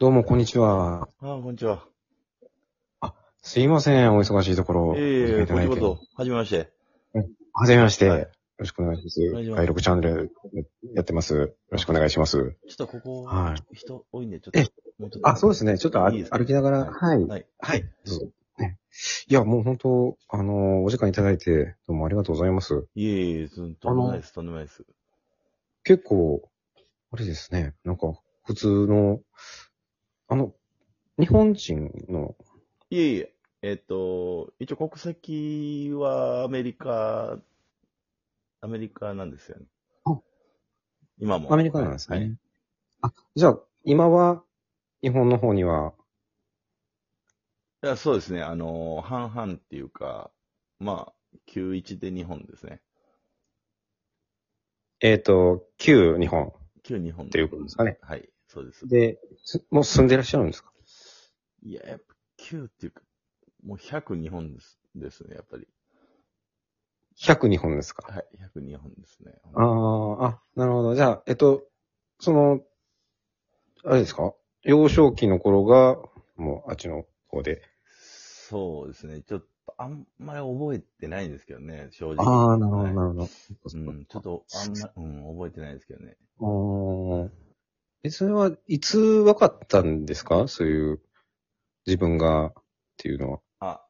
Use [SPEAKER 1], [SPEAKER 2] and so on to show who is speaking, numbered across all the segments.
[SPEAKER 1] どうも、こんにちは。
[SPEAKER 2] ああ、こんにちは。
[SPEAKER 1] すいません、お忙しいところ。
[SPEAKER 2] ええ
[SPEAKER 1] お時
[SPEAKER 2] こ
[SPEAKER 1] 間
[SPEAKER 2] ん
[SPEAKER 1] い
[SPEAKER 2] に
[SPEAKER 1] ただいて
[SPEAKER 2] ちは。はじめまして。
[SPEAKER 1] はじめまして。
[SPEAKER 2] はい
[SPEAKER 1] よろしくお願いします
[SPEAKER 2] 願いし。ます
[SPEAKER 1] 外録チャンネルやってます。よろしくお願いします。
[SPEAKER 2] ちょっとここ、
[SPEAKER 1] はい
[SPEAKER 2] 人多いんで、ちょっ
[SPEAKER 1] え
[SPEAKER 2] と。もちょっと
[SPEAKER 1] あ、そうですね。ちょっとあ
[SPEAKER 2] いいですか
[SPEAKER 1] 歩きながら、はい。
[SPEAKER 2] は
[SPEAKER 1] はいい。どうぞねいや、もう本当、あの、お時間いただいて、どうもありがとうございます。
[SPEAKER 2] いえいえ、ずんとんでもないです、とんでもないです。
[SPEAKER 1] 結構、あれですね。なんか、普通の、あの、日本人の、
[SPEAKER 2] いえいえ、えっと、一応国籍はアメリカ、アメリカなんですよね
[SPEAKER 1] あ。
[SPEAKER 2] 今も。
[SPEAKER 1] アメリカなんですね。
[SPEAKER 2] はい
[SPEAKER 1] あ、じゃあ、今は、日本の方には、
[SPEAKER 2] いや、そうですね。あの、半々っていうか、まあ、91で日本ですね。
[SPEAKER 1] えっ、と、旧日本。
[SPEAKER 2] 旧日本っ
[SPEAKER 1] っていうことですかね。
[SPEAKER 2] はい、そうです。
[SPEAKER 1] で、すもう住んでらっしゃるんですか
[SPEAKER 2] いや、やっぱ9っていうか、もう100日本ですですね、やっぱり。
[SPEAKER 1] ?100 日本ですか
[SPEAKER 2] はい、100日本ですね。
[SPEAKER 1] ああ、あ、なるほど。じゃあ、えっと、その、あれですか幼少期の頃が、もうあっちの方で。
[SPEAKER 2] そうですね。ちょっと、あんまり覚えてないんですけどね、正直。
[SPEAKER 1] ああ、なるほど、
[SPEAKER 2] はい
[SPEAKER 1] なるほど。
[SPEAKER 2] うん、ちょっと、あんま、うん、覚えてないですけどね。
[SPEAKER 1] あーえ、それはいつ分かったんですかそういう、自分がっていうのは。
[SPEAKER 2] あ、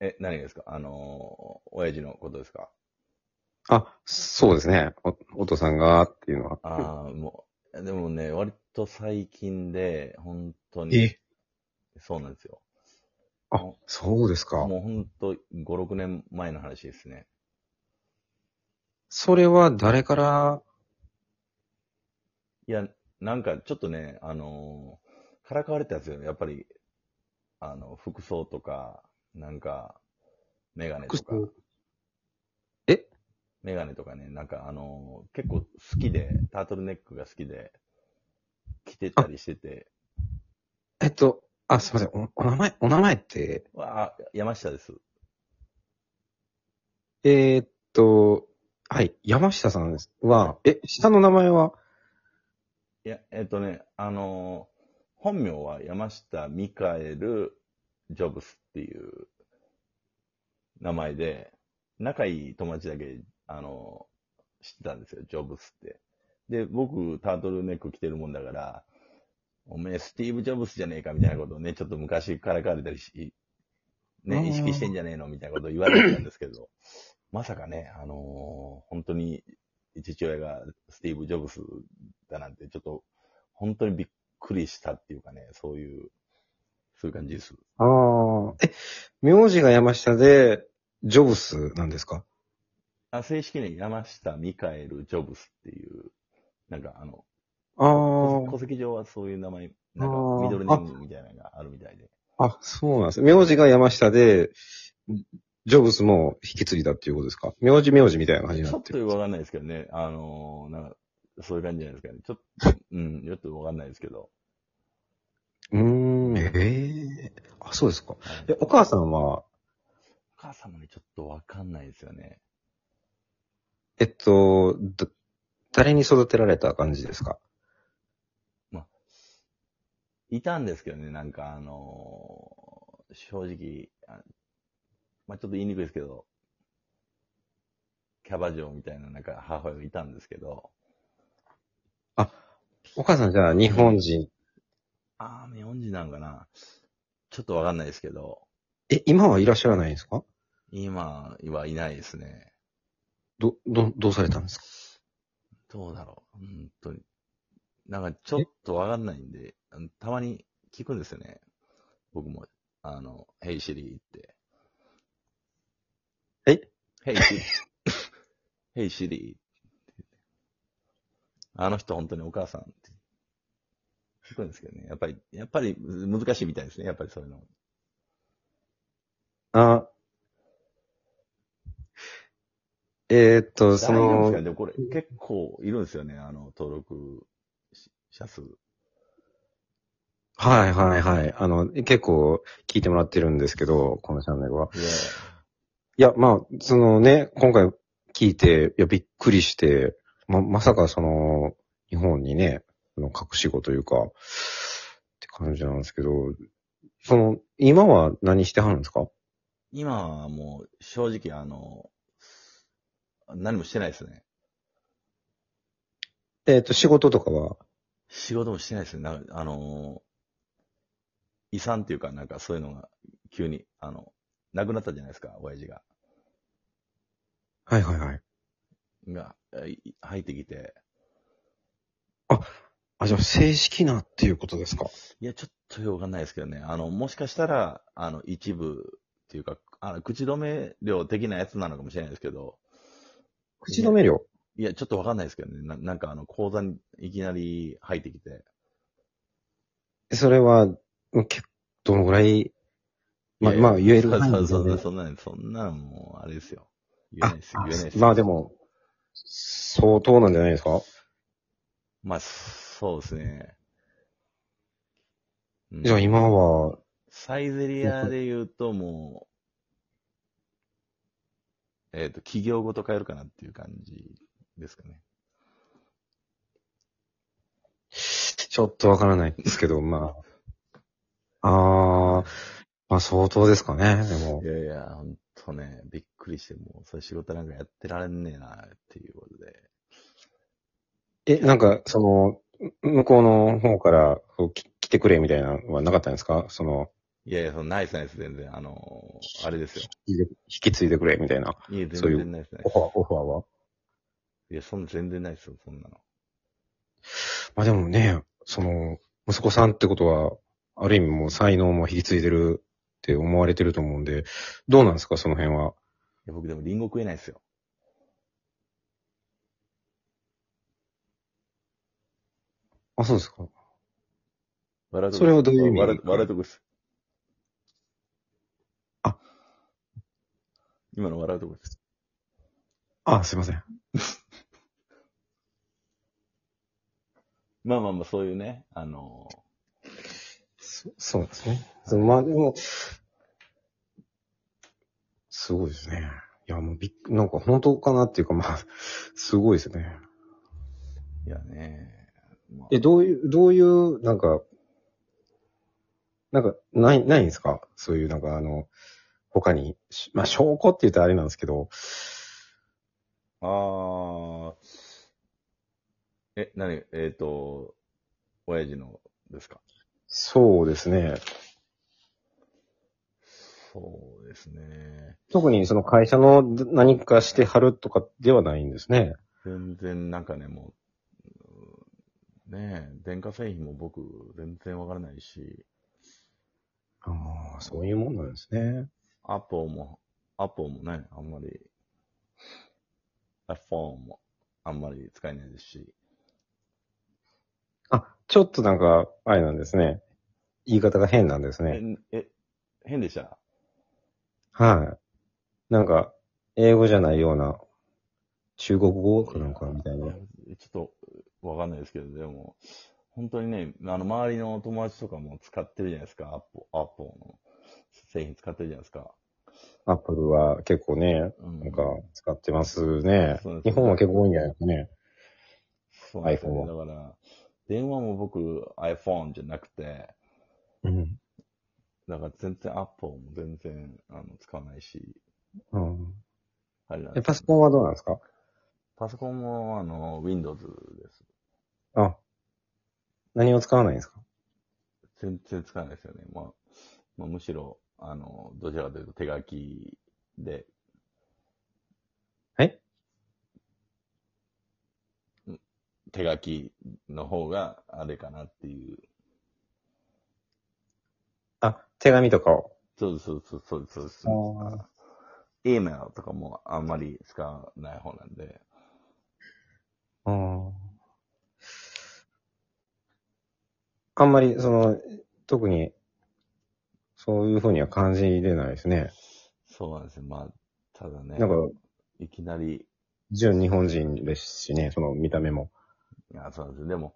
[SPEAKER 2] え、何がですかあのー親父のことですか
[SPEAKER 1] あ、そうですね。お、お父さんがっていうのは。
[SPEAKER 2] ああ、もう、でもね、割と最近で、本当に
[SPEAKER 1] え、
[SPEAKER 2] そうなんですよ。
[SPEAKER 1] あ、そうですか。
[SPEAKER 2] もう本当、5、6年前の話ですね。
[SPEAKER 1] それは誰から
[SPEAKER 2] いや、なんかちょっとね、あのーからかわれたやつよね。やっぱり、あの、服装とか、なんか、メガネとか
[SPEAKER 1] 服、装え
[SPEAKER 2] メガネとかね、なんかあのー結構好きで、タートルネックが好きで、着てたりしてて、
[SPEAKER 1] えっと、あ、すいません。おお名前、お名前って、
[SPEAKER 2] わあ、山下です。
[SPEAKER 1] えーっと、はい、山下さんです。は、え、下の名前はい
[SPEAKER 2] や、えっとね、あのー本名は山下ミカエル・ジョブスっていう名前で、仲いい友達だけ、あのー知ってたんですよ、ジョブスって。で、僕、タートルネック着てるもんだから、おめえスティーブ・ジョブスじゃねえかみたいなことをね、ちょっと昔からかわれたりし、
[SPEAKER 1] うん
[SPEAKER 2] ね、意識してんじゃねえのみたいなことを言われてたんですけど、まさかね、あのー本当に父親がスティーブ・ジョブスだなんて、ちょっと、本当にびっくりしたっていうかね、そういう、そういう感じです。
[SPEAKER 1] ああ。え、名字が山下で、ジョブスなんですか
[SPEAKER 2] あ正式に山下ミカエル・ジョブスっていう、なんかあの、
[SPEAKER 1] あ
[SPEAKER 2] 戸戸
[SPEAKER 1] あ。
[SPEAKER 2] 籍上はそういう名前、なんか
[SPEAKER 1] あー
[SPEAKER 2] ミドルネームみたいなのがあるみたいで。
[SPEAKER 1] あ、そうなんです。名字が山下で、ジョブスも引き継いだっていうことですか名字名字みたいな感じに
[SPEAKER 2] ち
[SPEAKER 1] な
[SPEAKER 2] ょ
[SPEAKER 1] っ
[SPEAKER 2] ってと
[SPEAKER 1] る。
[SPEAKER 2] わかんないですけどね、あのーなんか、そういう感じじゃないですかね。ちょっと、 うん、ちょっとわかんないですけど。
[SPEAKER 1] うーん、ええあ、そうですか。
[SPEAKER 2] はい
[SPEAKER 1] え、お母さんは、
[SPEAKER 2] お母さんもね、ちょっとわかんないですよね。
[SPEAKER 1] えっと、だ誰に育てられた感じですか
[SPEAKER 2] いたんですけどね、なんかあのー正直、あまあ、ちょっと言いにくいですけど、キャバ嬢みたいな、なんか母親がいたんですけど、
[SPEAKER 1] お母さんじゃあ日本人。
[SPEAKER 2] あー、日本人なんかなちょっとわかんないですけど、
[SPEAKER 1] え、今はいらっしゃらないんですか
[SPEAKER 2] 今はいないですね。
[SPEAKER 1] ど、ど、どうされたんですか
[SPEAKER 2] どうだろう、本当に。なんかちょっとわかんないんで、あのたまに聞くんですよね。僕も、あの、ヘイシリーって。
[SPEAKER 1] え
[SPEAKER 2] ヘイシリー。 ヘイシリー。あの人本当にお母さんって。聞くんですけどね。やっぱり、やっぱり難しいみたいですね。やっぱりそういうの。
[SPEAKER 1] あ、えーっと、そ
[SPEAKER 2] 大丈夫です
[SPEAKER 1] の
[SPEAKER 2] か、ねでもこれ結構いるんですよね。あの、登録者数。
[SPEAKER 1] はいはいはい。あの、結構聞いてもらってるんですけど、このチャンネルは。
[SPEAKER 2] いや
[SPEAKER 1] いや、まあ、そのね、今回聞いて、いや、びっくりして、ま、まさかその、日本にね、その隠し子というか、って感じなんですけど、その、今は何してはるんですか
[SPEAKER 2] 今はもう、正直あの、何もしてないですね。
[SPEAKER 1] えっ、と、仕事とかは
[SPEAKER 2] 仕事もしてないですね。なあの、遺産っていうか、なんかそういうのが、急に、あの、亡くなったじゃないですか、親父が。
[SPEAKER 1] はいはいはい。
[SPEAKER 2] が、えい入ってきて、
[SPEAKER 1] あ、じゃあ正式なっていうことですか
[SPEAKER 2] いや、ちょっとよくわかんないですけどね。あの、もしかしたら、あの、一部っていうか、あの、口止め料的なやつなのかもしれないですけど、
[SPEAKER 1] 口止め料
[SPEAKER 2] いや、ちょっとわかんないですけどね。ななんか、あの、口座にいきなり入ってきて、
[SPEAKER 1] それは、うんけどのぐらい、まあ、
[SPEAKER 2] いやい
[SPEAKER 1] ま
[SPEAKER 2] や
[SPEAKER 1] あ言える
[SPEAKER 2] そう
[SPEAKER 1] 範囲で、
[SPEAKER 2] そうそうそう、そんなの、そんなのもう、あれですよ。言えないですよ、言えないですよ
[SPEAKER 1] まあでも、相当なんじゃないですか
[SPEAKER 2] まあ、そうですね。うん
[SPEAKER 1] じゃあ今は、
[SPEAKER 2] サイゼリアで言うともう、えっ、と、企業ごと変えるかなっていう感じですかね。
[SPEAKER 1] ちょっとわからないです けど、まあ、ああ、まあ相当ですかね、でも
[SPEAKER 2] い。やいや、ほんとね、びっくりして、もう、そういう仕事なんかやってられんねえな、っていうことで。
[SPEAKER 1] え、なんか、その、向こうの方からこうき来てくれみたいなのはなかったんですかその、
[SPEAKER 2] いやいや、そのナイスナイス、全然、あのーあれですよ。
[SPEAKER 1] 引き継いでくれみたいな。
[SPEAKER 2] いや、全
[SPEAKER 1] そういう
[SPEAKER 2] 然ないですね
[SPEAKER 1] オ。ファー、オファーはい
[SPEAKER 2] や、そんな全然ないですよ、そんなの。
[SPEAKER 1] まあでもね、その、息子さんってことは、ある意味もう才能も引き継いでるって思われてると思うんで、どうなんですかその辺は。
[SPEAKER 2] いや、僕でもリンゴ食えないですよ。
[SPEAKER 1] あ、そうですか
[SPEAKER 2] 笑うとこ
[SPEAKER 1] それはどういう意味
[SPEAKER 2] 笑笑うとこです。
[SPEAKER 1] あ。
[SPEAKER 2] 今の笑うとこです。
[SPEAKER 1] あ、すいません。
[SPEAKER 2] まあまあまあ、そういうね、あのー
[SPEAKER 1] そそうなんですね。そうまあでも、すごいですね。いや、もうびっくなんか本当かなっていうか、まあ、すごいですね。
[SPEAKER 2] いやね、まあ
[SPEAKER 1] え、どういう、どういう、なんか、なんか、ない、ないんですかそういう、なんか、あの、他に、しまあ、証拠って言ったらあれなんですけど、
[SPEAKER 2] あーえ、なに、えっ、と、親父のですか
[SPEAKER 1] そうですね。
[SPEAKER 2] そうですね。
[SPEAKER 1] 特にその会社の何かしてはるとかではないんですね。
[SPEAKER 2] 全然なんかね、もう、うんねえ、電化製品も僕、全然わからないし、
[SPEAKER 1] ああ、そういうもんなんですね。
[SPEAKER 2] アポも、アポもね、あんまり、アフォンもあんまり使えないですし、
[SPEAKER 1] あ、ちょっとなんか、あれなんですね。言い方が変なんですね。
[SPEAKER 2] え、え変でした
[SPEAKER 1] はい。なんか、英語じゃないような、中国語かなんかみたい
[SPEAKER 2] い
[SPEAKER 1] な
[SPEAKER 2] や。ちょっとわかんないですけど、でも、本当にね、あの、周りの友達とかも使ってるじゃないですか、アッポ、アッポの製品使ってるじゃないですか。
[SPEAKER 1] アップルは結構ね、
[SPEAKER 2] うん
[SPEAKER 1] なんか使ってますね
[SPEAKER 2] そうです。
[SPEAKER 1] 日本は結構多いんじゃないですかね。
[SPEAKER 2] そうなんですよ、ね。
[SPEAKER 1] iPhone
[SPEAKER 2] だから、電話も僕 iPhone じゃなくて、
[SPEAKER 1] うん。
[SPEAKER 2] だから全然アッポも全然あの使わないし、
[SPEAKER 1] うん、
[SPEAKER 2] あれなん
[SPEAKER 1] え
[SPEAKER 2] です
[SPEAKER 1] パソコンはどうなんですか
[SPEAKER 2] パソコンもあの Windows です。
[SPEAKER 1] あ。何を使わないんですか
[SPEAKER 2] 全然使わないですよね。まあ、まあ、むしろ、あの、どちらかというと手書きで。
[SPEAKER 1] はい
[SPEAKER 2] ん手書きの方があれかなっていう。
[SPEAKER 1] あ、手紙とかを。
[SPEAKER 2] そうそうそうそうそうです。
[SPEAKER 1] あ
[SPEAKER 2] E メールとかもあんまり使わない方なんで。
[SPEAKER 1] うんあんまり、その、特に、そういうふうには感じれないですね。
[SPEAKER 2] そうなんですよ。まあ、ただね、
[SPEAKER 1] なんか、
[SPEAKER 2] いきなり、
[SPEAKER 1] 純日本人ですしね、その見た目も。
[SPEAKER 2] いや、そうなんですよ。でも、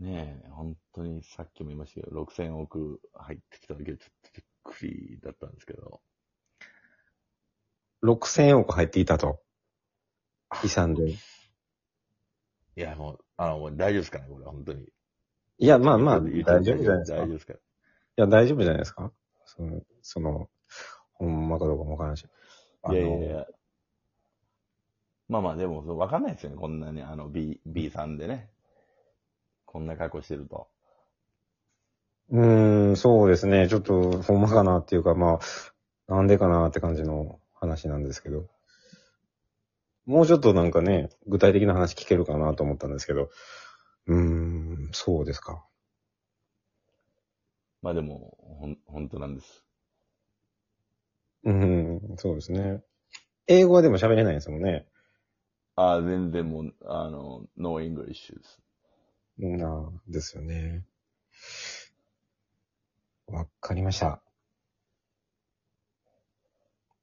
[SPEAKER 2] ねえ、本当にさっきも言いましたけど、6000億入ってきた時はちょっとびっくりだったんですけど。
[SPEAKER 1] 6000億入っていたと。遺産で。
[SPEAKER 2] いや、もう、あの、もう大丈夫ですかね、これ、本当に。
[SPEAKER 1] いや、まあまあ、
[SPEAKER 2] YouTube
[SPEAKER 1] 大丈夫じゃないですか。
[SPEAKER 2] 大
[SPEAKER 1] い
[SPEAKER 2] 丈夫ですから。
[SPEAKER 1] や、大丈夫じゃないですか。その、その、ほんまかどうかもわからんし。あ
[SPEAKER 2] い
[SPEAKER 1] の
[SPEAKER 2] やいやいや。まあまあ、でも、わかんないですよね。こんなに、あの、B、B さんでね。こんな格好してると。
[SPEAKER 1] うーん、そうですね。ちょっと、ほんまかなっていうか、まあ、なんでかなって感じの話なんですけど。もうちょっとなんかね、具体的な話聞けるかなと思ったんですけど。うーん、そうですか。
[SPEAKER 2] まあでも、ほん、本当なんです。
[SPEAKER 1] うん、そうですね。英語はでも喋れないですもんね。
[SPEAKER 2] ああ、全然もう、あの、ノーイングリッシュです。
[SPEAKER 1] な、ですよね。わかりました。